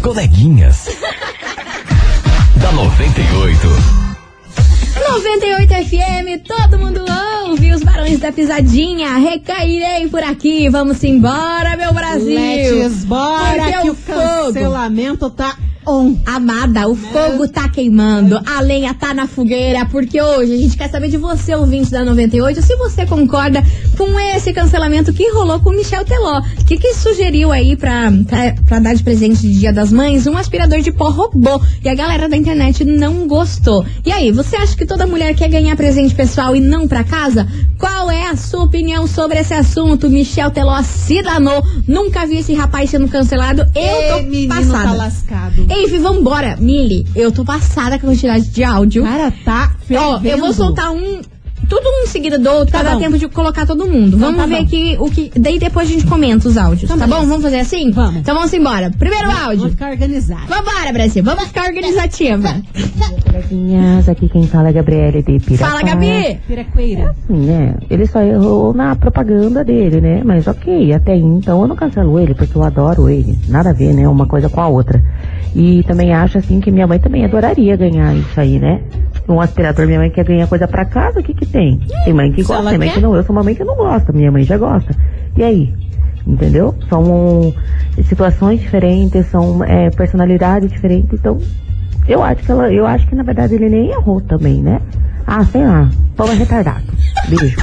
coleguinhas. da 98. 98 FM, todo mundo ouve os barões da pisadinha. Recairei por aqui, vamos embora, meu Brasil. Let's bora Porque que o o fogo. cancelamento tá on. Amada, o Né? fogo tá queimando, a lenha tá na fogueira, porque hoje a gente quer saber de você, ouvinte da 98, se você concorda com esse cancelamento que rolou com o Michel Teló, que, que sugeriu aí pra, pra, pra dar de presente de Dia das Mães um aspirador de pó robô, e a galera da internet não gostou. E aí, você acha que toda mulher quer ganhar presente pessoal e não pra casa? Qual é a sua opinião sobre esse assunto? Michel Teló se danou, nunca vi esse rapaz sendo cancelado, eu Ei, tô menino passada. tá lascado. Ei, Vi, vambora. Mili, eu tô passada com a quantidade de áudio. Cara, tá Ó, eu vou fervendo. soltar um. Tudo um em seguida do outro, Tá pra dar bom. tempo de colocar todo mundo. Então vamos tá ver bom. aqui o que. Daí depois a gente comenta os áudios, Então tá beleza. bom? Vamos fazer assim? Vamos. Então vamos embora. Primeiro Vou áudio. ficar organizado. Vambora, Brasil. Vamos ficar organizativa. Coleguinhas, aqui quem fala é a Gabriele de Piracá. Fala, Gabi. Piraqueira. Assim, né? Ele só errou na propaganda dele, né? Mas ok, até aí, então eu não cancelo ele, porque eu adoro ele. Nada a ver, né? Uma coisa com a outra. E também acho, assim, que minha mãe também adoraria ganhar isso aí, né? Um aspirador, minha mãe quer ganhar coisa pra casa, o que que tem? Tem mãe que se gosta, ela tem mãe quer. que não. Eu sou uma mãe que não gosta, minha mãe já gosta. E aí? Entendeu? São eh, situações diferentes, são é, personalidades diferentes, então eu acho que ela, eu acho que na verdade ele nem errou também, né? Ah, sei lá. Toma retardado. Beijo.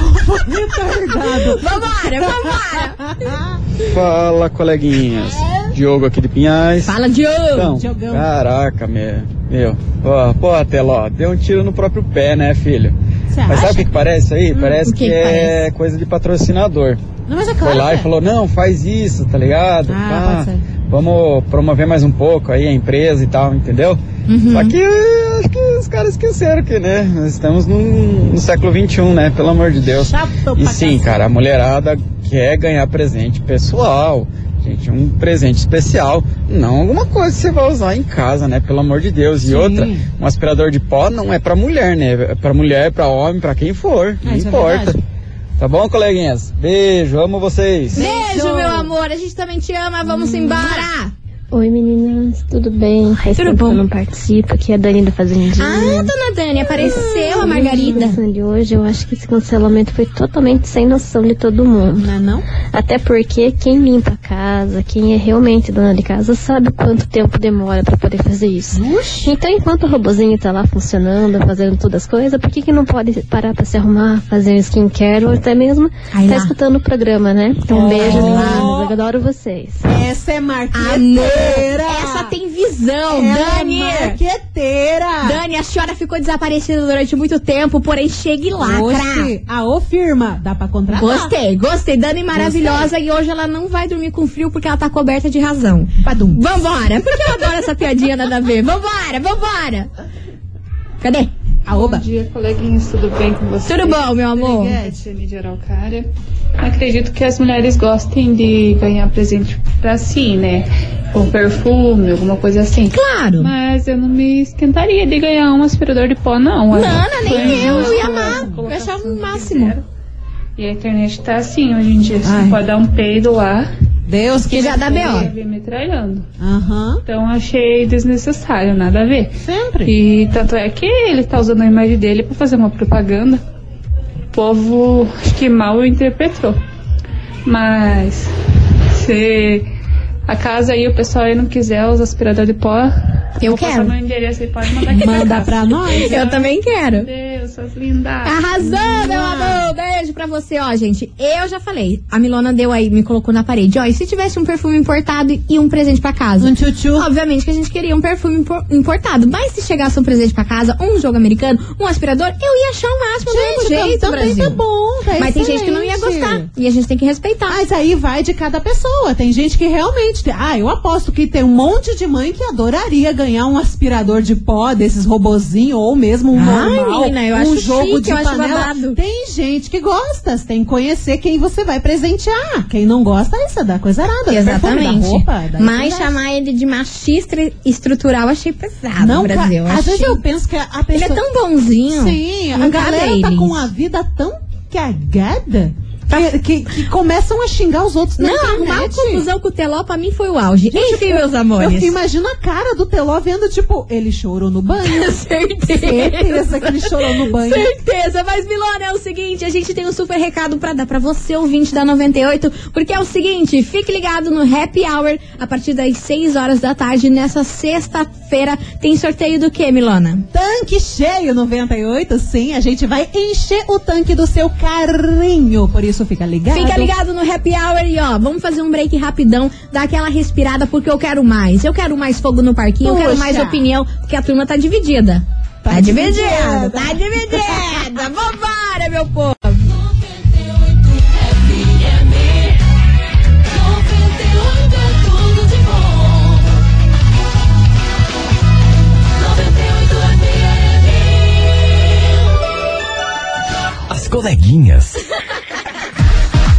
Retardado. Vambora, vambora. Fala, coleguinhas. Diogo aqui de Pinhais. Fala, Diogo. Então, Diogão. caraca, meu. Meu. Ó, pô, Teló, deu um tiro no próprio pé, né, filho? Você Mas sabe o acha? Hum, que, que parece isso aí? parece o que que, que é parece? coisa de patrocinador. Não, mas é claro. Foi lá e que é. falou, não, faz isso, tá ligado? Ah, pode ser. vamos promover mais um pouco aí a empresa e tal, entendeu? Uhum. Só que eh, acho que os caras esqueceram que, né? Nós estamos num- no século XXI, né? Pelo amor de Deus. Chato E pra sim, cacete. cara, a mulherada quer ganhar presente pessoal. Gente, um presente especial, não alguma coisa que você vai usar em casa, né? Pelo amor de Deus. E Sim. outra, um aspirador de pó não é pra mulher, né? É pra mulher, pra homem, pra quem for. Ah, não isso é importa. verdade. tá bom, coleguinhas? Beijo, amo vocês. Beijo, Beijo. Hum. meu amor. A gente também te ama. Vamos embora. Oi meninas, tudo bem? Faz Tudo tempo bom. que eu não participo, aqui é a Dani do Hum. Fazendinha. Ah, dona Dani, apareceu a Na Margarida. edição de hoje, eu acho que esse cancelamento foi totalmente sem noção de todo mundo. Não é não? Até porque quem limpa a casa, quem é realmente dona de casa, sabe quanto tempo demora pra poder fazer isso. Oxi. Então, enquanto o robozinho tá lá funcionando, fazendo todas as coisas, por que, que não pode parar pra se arrumar, fazer um skincare ou até mesmo Ai, tá lá. escutando o programa, né? Então, um beijo, lá. meninas, eu adoro vocês. Essa é Amor, marqueteira. Ah, essa tem visão, Ela Dani. É marqueteira. Ah. Dani, a senhora ficou desaparecida durante muito tempo, porém chegue lá, cra. Oxi, a firma. Dá pra contratar? Gostei, gostei. Dani maravilhosa e hoje ela não vai dormir com frio porque ela tá coberta de razão. Badum. Vambora, porque eu adoro essa piadinha nada a ver. Vambora, vambora. Cadê? Aoba. Bom dia, coleguinhas, tudo bem com vocês? É, Tudo bom, meu amor? Obrigada, Lídia Araucária. Acredito que as mulheres gostem de ganhar presente pra si, né? Um perfume, alguma coisa assim. Claro. Mas eu não me esquentaria de ganhar um aspirador de pó, não. Nana, nem eu, eu ia Foi amar. Eu essa achava o colocação que máximo. fizeram. E a internet tá assim hoje em dia. Você Ai. pode dar um peido lá. Deus Que já dá e B.O. vem metralhando. Aham. Então achei desnecessário, nada a ver. Sempre. E tanto é que ele tá usando a imagem dele pra fazer uma propaganda. O povo acho que mal interpretou. Mas se a casa aí o pessoal aí não quiser os aspirador de pó, Eu vou passar quero. meu endereço aí pode mandar aqui Manda pra casa. pra nós. Eu também quero. Deus, suas lindas. Arrasou, meu Ah. amor! Beijo pra você, ó, gente. Eu já falei. A Milona deu aí, me colocou na parede. Ó, e se tivesse um perfume importado e um presente pra casa? Um tchutchu. Obviamente que a gente queria um perfume impor- importado, mas se chegasse um presente pra casa, um jogo americano, um aspirador, eu ia achar o máximo do mesmo jeito, tam- também Brasil. tá bom. Tá mas tem gente que não ia excelente. gostar. E a gente tem que respeitar. Mas aí vai de cada pessoa. Tem gente que realmente. Tem... Ah, eu aposto que tem um monte de mãe que adoraria ganhar um aspirador de pó desses robozinhos ou mesmo um Ai, normal, menina, eu um acho jogo chique, de eu acho panela. babado. Tem gente que gosta. Você tem que conhecer quem você vai presentear. Quem não gosta, isso é da coisa arada. do perfume, Exatamente. Da roupa, da mas coisa arada. chamar ele de machista e- estrutural achei pesado, não, ca- Brasil. Às vezes Achei- eu penso que a Ele pessoa. é tão bonzinho. Sim, a tá Não cabe a galera tá eles. com a vida tão cagada. Que, que- que começam a xingar os outros na Tá. Não, arrumar a internet. confusão com o Teló pra mim foi o auge. Enfim, meus Eu amores. imagino a cara do Teló vendo, tipo, ele chorou no banho. Certeza. Certeza que ele chorou no banho. Certeza, mas Milona, é o seguinte, a gente tem um super recado pra dar pra você, ouvinte da 98, porque é o seguinte, fique ligado no Happy Hour a partir das 6 horas da tarde nessa sexta-feira. Tem sorteio do que, Milona? Tanque cheio 98, sim, a gente vai encher o tanque do seu carrinho. Por isso fica ligado. Fica ligado no Happy Hour e ó, vamos fazer um break rapidão, dar aquela respirada porque eu quero mais. Eu quero mais fogo no parquinho, eu quero Puxa. mais opinião, porque a turma tá dividida. Tá, Tá dividida, dividida. tá dividida. Vambora, meu povo. As coleguinhas.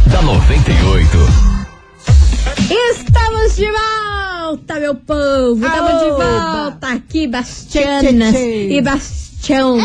da 98. Estamos de volta, meu povo. Estamos de Aoba. volta aqui, Tchê, tchê, Bastianas tchê. e Bastião.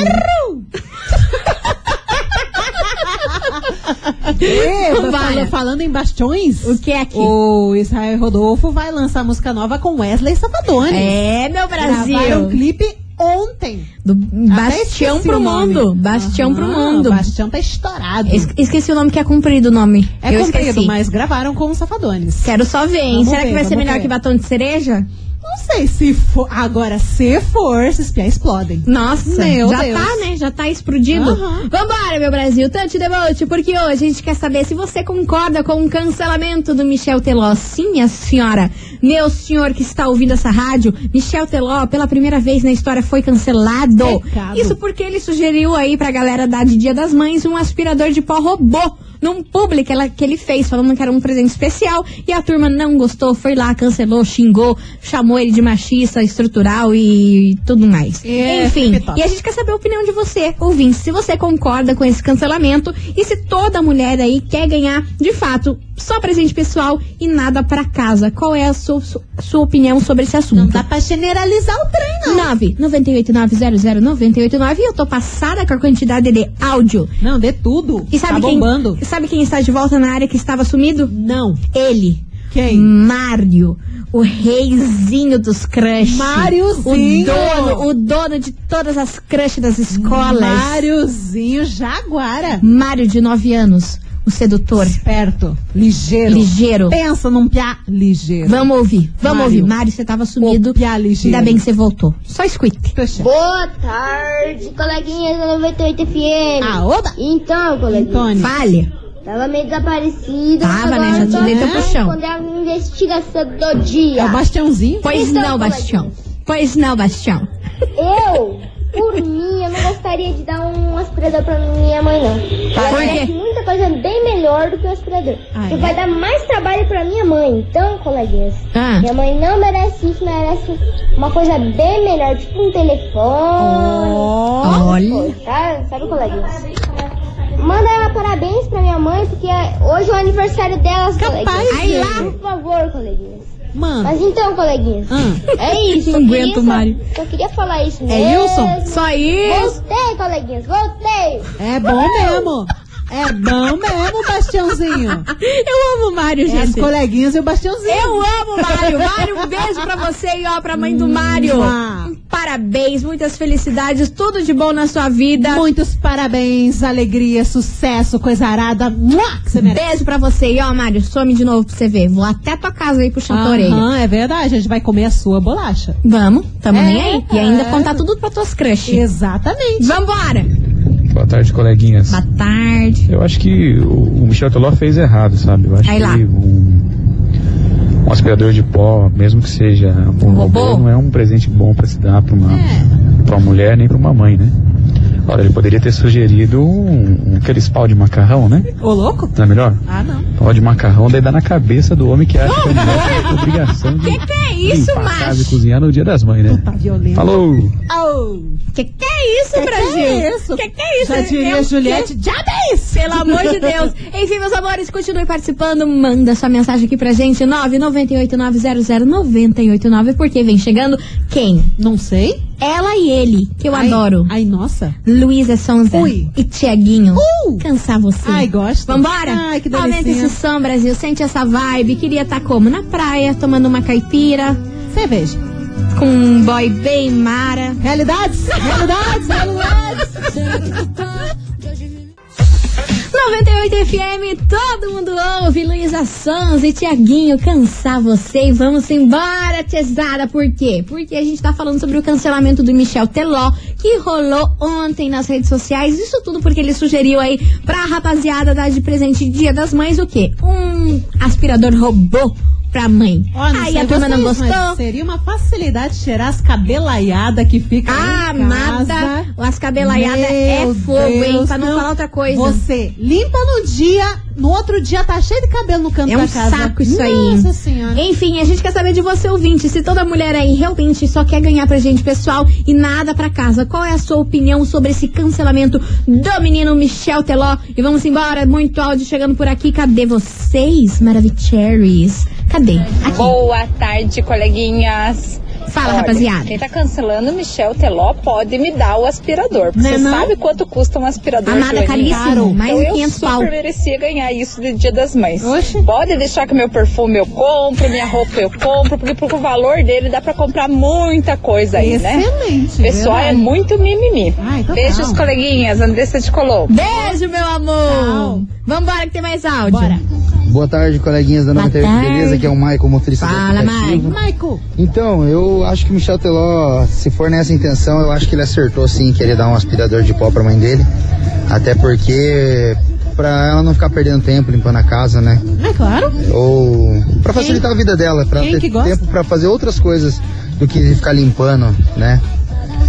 Eba, Vai. fala- falando em bastiões, O que é que? o Israel Rodolfo vai lançar música nova com Wesley Safadone. É, meu Gravaram um Brasil. clipe ontem. Do Até Bastião esqueci pro o nome. mundo. Bastião pro Aham, mundo. Bastião tá estourado. Es- Esqueci o nome que é comprido o nome. É Eu comprido, esqueci. mas gravaram com os Safadones. Quero só ver, hein? Vamos Será que ver, vai ser vamos melhor ver. que batom de cereja? Não sei se for. Agora, se for, esses pés explodem. Nossa, Meu já Deus. tá, né? Já tá explodindo. Aham. Vambora, meu Brasil, Tante Debote, porque hoje a gente quer saber se você concorda com o cancelamento do Michel Teló. Sim, minha senhora. Meu senhor que está ouvindo essa rádio, Michel Teló, pela primeira vez na história, foi cancelado. Pecado. Isso porque ele sugeriu aí pra galera dar de Dia das Mães um aspirador de pó robô num público que ela- que ele fez, falando que era um presente especial. E a turma não gostou, foi lá, cancelou, xingou, chamou ele de machista, estrutural e tudo mais. É, Enfim, top. e a gente quer saber a opinião de você, ouvinte, se você concorda com esse cancelamento e se toda mulher aí quer ganhar, de fato, só presente pessoal e nada pra casa. Qual é a sua, su- sua opinião sobre esse assunto? Não dá pra generalizar o trem, não. 998900989 eu tô passada com a quantidade de áudio. Não, dê tudo. E sabe tá quem bombando. sabe quem está de volta na área que estava sumido? Não. Ele. Hum, Quem? Mário, o reizinho dos crushes. O Máriozinho. dono, o dono de todas as crushes das escolas. Máriozinho Jaguara. Mário de 9 anos, o sedutor. Esperto. Ligeiro. Ligeiro. Pensa num piá ligeiro. Vamos ouvir, vamos Mário. ouvir. Mário, você tava sumido. O piá ligeiro. Ainda bem que você voltou. Só escute. Puxa. Boa tarde, coleguinhas da 98 FM. Ah, oba. Então, coleguinha, Tony. Fale. tava meio desaparecida. Então- Tava, né? agora Já tô deitou pro chão. respondendo a investigação do É dia. o Bastiãozinho. Pois Então, não, coleguinha. Bastião. Pois não, Bastião. Eu, por mim, eu não gostaria de dar um aspirador pra minha mãe, não. Tá, Por Eu quê? né? acho muita coisa é bem melhor do que um aspirador. Ah, Porque é? vai dar mais trabalho pra minha mãe. Então, coleguinhas, Ah. minha mãe não merece isso, merece uma coisa bem melhor, tipo um telefone. Olha. Pô, tá? Sabe, coleguinhas? Manda parabéns pra minha mãe, porque hoje é o aniversário delas, Capaz, coleguinhas. Aí lá. Por favor, coleguinhas. Mano. Mas então, coleguinhas, Ah. é isso. eu Não aguento, queria só- Mário. Só queria falar isso mesmo. É Wilson? Só isso. Voltei, coleguinhas, voltei. É bom mesmo. É bom mesmo, Bastiãozinho. Eu amo o Mário, É as gente. coleguinhas e o Bastiãozinho. Eu amo o Mário. Mário, um beijo pra você e ó, pra mãe do Mário. Ah. Parabéns, muitas felicidades, tudo de bom na sua vida. Muitos parabéns, alegria, sucesso, coisa arada. Mua, que você merece. Beijo pra você. E ó, Mário, some de novo pra você ver. Vou até tua casa aí puxar tua orelha. Aham, é verdade, a gente vai comer a sua bolacha. Vamos, tamo É, nem aí. E ainda é. contar tudo pra tuas crushes. Exatamente. Vambora! Boa tarde, coleguinhas. Boa tarde. Eu acho que o o Michel Teló fez errado, sabe? Eu acho Aí que lá. Um, um aspirador de pó, mesmo que seja um Um robô, robô? É. não é um presente bom pra se dar pra uma, pra uma mulher nem pra uma mãe, né? Olha, ele poderia ter sugerido um, um- aqueles pau de macarrão, né? Ô, louco? Não é melhor? Ah, não. Pau de macarrão, daí dá na cabeça do homem que acha que é a mulher tem obrigação de é? Que que é isso, limpar a casa e macho? cozinhar no dia das mães, né? Tá violento. Falou! Que que é é isso, Que que Brasil? é isso? Que que é isso? Já diria Eu- Juliette, diabo é isso? Pelo amor de Deus. Enfim, meus amores, continue participando. Manda sua mensagem aqui pra gente. 998900989. Porque vem chegando quem? Não sei. Ela e ele, que eu Ai, adoro. Ai, nossa. Luísa Sonza Ui. e Tiaguinho. Uh. Cansar você. Ai, gosto. Vambora? Ai, que Aumenta delícia. esse som, Brasil. Sente essa vibe. Queria estar como? Na praia, tomando uma caipira, Cerveja. com um boy bem mara. Realidades, realidades, realidades. 98 FM, todo mundo ouve. Luísa Sons e Tiaguinho, cansar você e vamos embora, Tesada. Por quê? Porque a gente tá falando sobre o cancelamento do Michel Teló, que rolou ontem nas redes sociais. Isso tudo porque ele sugeriu aí pra rapaziada dar de presente de Dia das Mães o quê? Um aspirador robô pra mãe. Ó, não aí sei a turma não vocês, gostou. mas Seria uma facilidade tirar as cabelaiadas que ficam Ah, em casa. mata. As cabelaiadas é Meu fogo, hein? Deus, Pra não, não. falar outra coisa. Você limpa num dia, no outro dia tá cheio de cabelo no canto É um da casa. saco isso Nossa aí. senhora. Enfim, a gente quer saber de você, ouvinte, se toda mulher aí realmente só quer ganhar presente pessoal e nada pra casa. Qual é a sua opinião sobre esse cancelamento do menino Michel Teló? E vamos embora, muito áudio chegando por aqui. Cadê vocês, Maravicheries? Cadê? Aqui. Boa tarde, coleguinhas. Fala, Olha, rapaziada. Quem tá cancelando Michel Teló pode me dar o aspirador. Não é Você não? sabe quanto custa um aspirador? Amada, Joaninha? caríssimo. Mais de então 500 eu super pau. merecia ganhar isso de Dia das Mães. Oxe. Pode deixar que meu perfume eu compro, minha roupa eu compro, porque pro valor dele dá pra comprar muita coisa É, aí, né? Excelente. O pessoal é verdade. muito mimimi. Ai, total. Beijos, coleguinhas. Andressa de Colombo. Beijo, meu amor. Tchau. Vambora que tem mais áudio. Bora. Boa tarde, coleguinhas da Boa 98, tarde. beleza? Aqui é o Maicon, motorista do Fala, aplicativo. Mike. Michael, Então, eu acho que o Michel Teló, se for nessa intenção, eu acho que ele acertou sim em querer dar um aspirador de pó pra mãe dele. Até porque, pra ela não ficar perdendo tempo limpando a casa, né? é claro. Ou pra facilitar a vida dela, pra quem ter que gosta? tempo pra fazer outras coisas do que ficar limpando, né?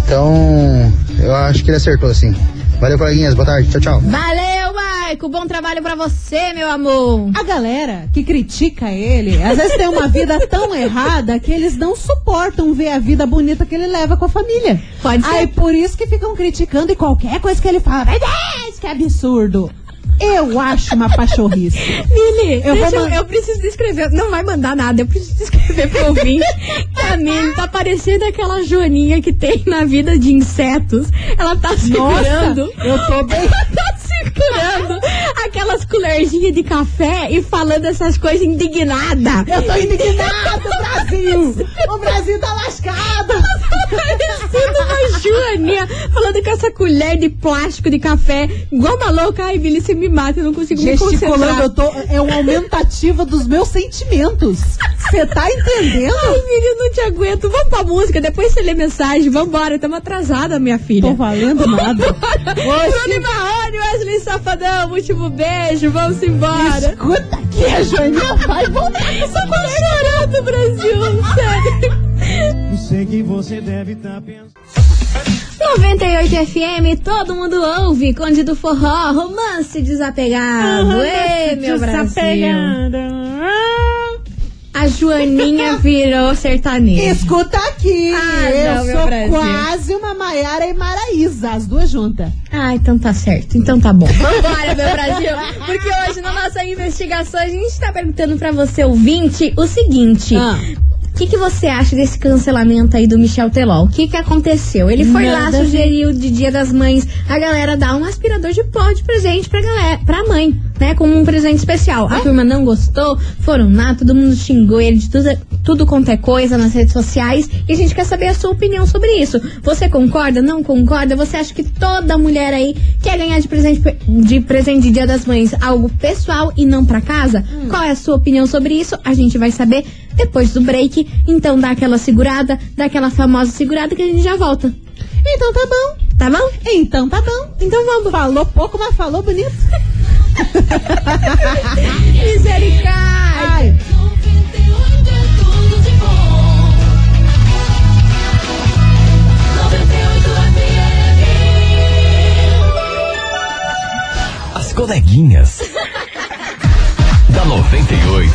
Então, eu acho que ele acertou sim. Valeu, coleguinhas. Boa tarde. Tchau, tchau. Valeu, Maico. Bom trabalho pra você, meu amor. A galera que critica ele, às vezes tem uma vida tão errada que eles não suportam ver a vida bonita que ele leva com a família. Pode ser. Aí por isso que ficam criticando e qualquer coisa que ele fala, meu Deus, que absurdo. Eu acho uma pachorrice. Mili, Eu deixa vou eu, man- eu preciso descrever. Não vai mandar nada, eu preciso descrever pro ouvinte. Pra mim, tá parecendo aquela joaninha que tem na vida de insetos. Ela tá segurando. eu tô bem- Ela tá segurando aquelas colherzinhas de café e falando essas coisas indignada. Eu tô indignado, Brasil! O Brasil tá lascado! Parecendo uma joaninha falando com essa colher de plástico de café, igual uma louca. Ai, Mili, você me mata, eu não consigo me concentrar. Gesticulando, eu tô. É um aumentativo dos meus sentimentos. Você tá Ai, entendendo? filho, eu não te aguento. Vamos pra música, depois você lê mensagem. Vambora, tamo atrasada, minha filha. Tô valendo nada. Bruno e Marrone, Wesley Safadão, último beijo, vamos embora. Escuta aqui, a Joaninha vai voltar. Essa mulher chorando, Brasil, sério. Sei que você deve estar pensando. 98 FM, todo mundo ouve. Conde do Forró, romance desapegado. Ei, meu Brasil. A Joaninha virou sertaneja. Escuta aqui, Ah, eu não, meu sou Brasil. quase uma Maiara e Maraísa, as duas juntas. Ah, então tá certo. Então tá bom. Vambora, meu Brasil. Porque hoje, na nossa investigação, a gente tá perguntando pra você, ouvinte, o seguinte. Ah. O que, que você acha desse cancelamento aí do Michel Teló? O que, que aconteceu? Ele foi lá, Nada a ver. sugeriu de Dia das Mães a galera dar um aspirador de pó de presente pra, galera, pra mãe, né? Como um presente especial. Ah. A turma não gostou, foram lá, todo mundo xingou ele de tudo, tudo quanto é coisa nas redes sociais. E a gente quer saber a sua opinião sobre isso. Você concorda? Não concorda? Você acha que toda mulher aí quer ganhar de presente pe- de, presente de Dia das Mães algo pessoal e não pra casa? Hum. Qual é a sua opinião sobre isso? A gente vai saber depois do break. Então dá aquela segurada, dá aquela famosa segurada que a gente já volta. Então tá bom. Tá bom? Então tá bom. Então vamos. Falou pouco, mas falou bonito. Misericórdia! Ai. As coleguinhas. da 98.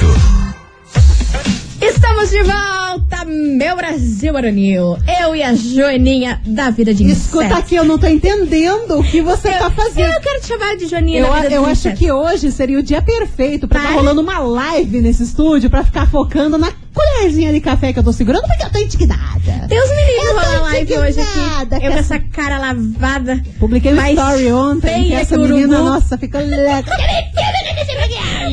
Estamos de volta, meu Brasil Aronil. Eu e a Joaninha da Vida de Inseto. Escuta aqui, eu não tô entendendo o que você tá fazendo. Eu quero te chamar de Joaninha Eu, da Vida eu dos acho Insetos. que hoje seria o dia perfeito pra Vai. tá rolando uma live nesse estúdio pra ficar focando na colherzinha de café que eu tô segurando porque eu tô indignada. Deus me livre Eu tô rolar live hoje aqui. indignada Eu com com essa- essa cara lavada. Publiquei um Mais story ontem que feia essa que urubu. menina, nossa, ficou louca.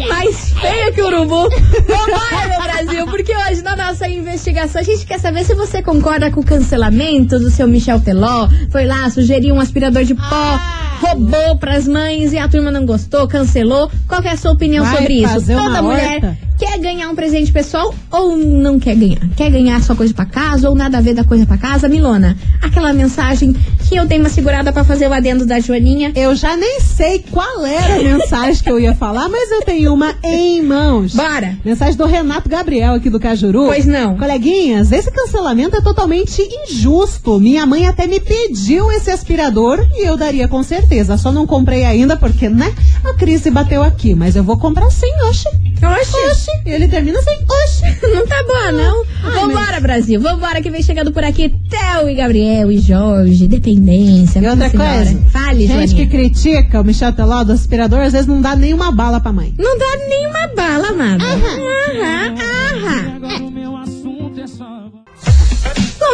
Mais feia que urubu. Vambora, meu Brasil, porque hoje na nossa investigação a gente quer saber se você concorda com o cancelamento do seu Michel Teló. Foi lá, sugeriu um aspirador de pó, roubou pras mães e a turma não gostou, cancelou. Qual que é a sua opinião Vai sobre isso? fazer Toda uma mulher horta? quer ganhar um presente pessoal ou não quer ganhar? Quer ganhar só coisa pra casa ou nada a ver da coisa pra casa? Milona, aquela mensagem que eu dei uma segurada pra fazer o adendo da Joaninha. Eu já nem sei qual era a mensagem que eu ia falar, mas eu tenho uma em mãos. Bora! Mensagem do Renato Gabriel aqui do Cajuru. Pois não. Coleguinhas, esse cancelamento é totalmente injusto. Minha mãe até me pediu esse aspirador e eu daria com certeza. Só não comprei ainda porque, né, a crise bateu aqui. Mas eu vou comprar sim, oxe. Oxi! Oxe. Ele termina assim, oxe. Não tá boa, não. Vambora, Brasil. Vambora, que vem chegando por aqui Theo e Gabriel e Jorge, dependência. E outra Nossa Senhora. coisa, Fale, gente Joaninha. que critica o Michel Teló do aspirador, às vezes não dá nenhuma bala pra mãe. Não dá nenhuma bala, amada. Aham, aham. Agora o meu assunto é só.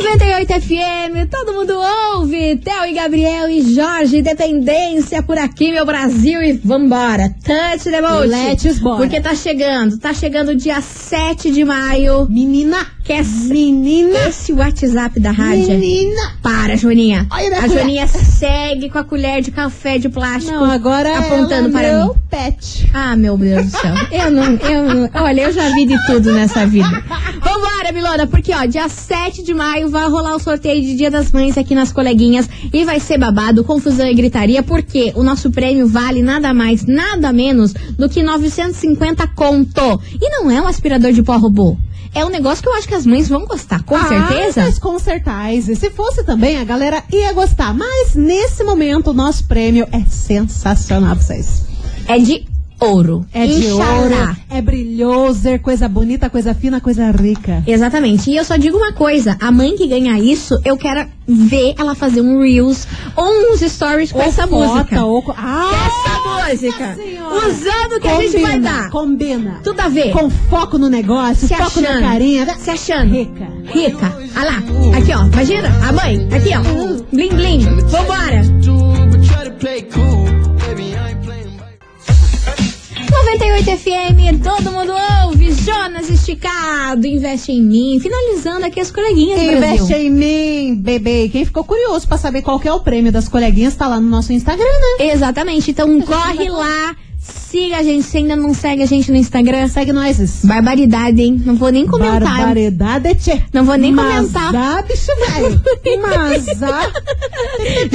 98 FM, todo mundo ouve. Theo e Gabriel e Jorge, dependência por aqui, meu Brasil. E vambora. Touch the boat. Let's bora. Porque tá chegando, tá chegando dia 7 de maio. Menina, Que é menina, esse WhatsApp da rádio. menina. Para, Joaninha. Olha minha a colher. Joaninha segue com a colher de café de plástico. Não, é agora apontando ela para não mim. pet. Ah, meu Deus do céu. Eu não, eu não. Olha, eu já vi de tudo nessa vida. Vambora, Milona, porque ó, dia 7 de maio vai rolar o sorteio de Dia das Mães aqui nas coleguinhas e vai ser babado, confusão e gritaria, porque o nosso prêmio vale nada mais, nada menos do que 950 conto. E não é um aspirador de pó robô. É um negócio que eu acho que as mães vão gostar, com Ah, certeza. Mas com certeza. E se fosse também, a galera ia gostar. Mas nesse momento, o nosso prêmio é sensacional pra vocês. É de ouro. É de Inxalá. ouro, é brilhoso, é coisa bonita, coisa fina, coisa rica. Exatamente. E eu só digo uma coisa: a mãe que ganhar isso, eu quero ver ela fazer um Reels ou uns stories com Ou essa foto, música. Ou... co- Ah, Essa música! Senhora. Usando o que a combina, gente vai dar. Combina. Tudo a ver. Com foco no negócio, Se foco na achando. carinha. Se achando. Rica. Rica. Olha lá. Aqui, ó. Imagina? A mãe. Aqui, ó. Bling, bling. Vambora. 98 FM, todo mundo ouve. Jonas Esticado, investe em mim. Finalizando aqui as coleguinhas, do Brasil. Investe em mim, bebê. Quem ficou curioso pra saber qual que é o prêmio das coleguinhas, tá lá no nosso Instagram, né? Exatamente. Então corre lá, siga a gente. Se ainda não segue a gente no Instagram, Segue nós. barbaridade, hein? Não vou nem comentar. Barbaridade, é tchê. Não vou nem Mas comentar. dá, bicho, velho. Mas dá.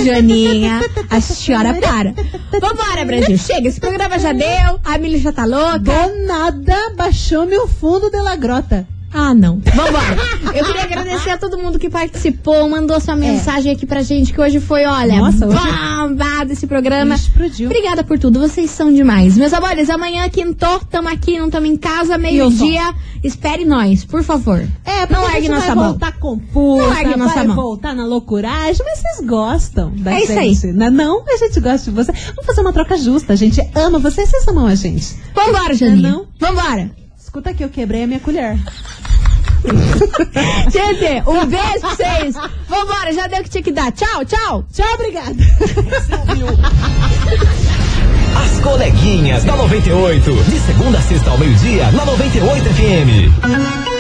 Joaninha, a senhora para. Vambora, Brasil. Chega, esse programa já deu. A Mili já tá louca. Do nada, baixou meu fundo de la grota. Ah, não. Vambora. Eu queria agradecer a todo mundo que participou, mandou sua mensagem aqui pra gente, que hoje foi, olha, É. Nossa, hoje- bombado esse programa. Explodiu. Obrigada por tudo, vocês são demais. Meus amores, amanhã quintou, tamo aqui, não tamo em casa, meio-dia. Espere nós, por favor. É, porque Não a largue gente nossa vai mão. voltar com puta, Não largue nossa vai mão. voltar na loucuragem, mas vocês gostam da É isso gente, né? Não, a gente gosta de você. Vamos fazer uma troca justa, a gente ama vocês, vocês amam a gente. Vambora, Janinha. Não? Vambora. Escuta aqui, eu quebrei a minha colher. Gente, um beijo pra vocês. Vambora, já deu o que tinha que dar. Tchau, tchau. Tchau, obrigada. As coleguinhas da 98. De segunda a sexta ao meio-dia, na 98 FM.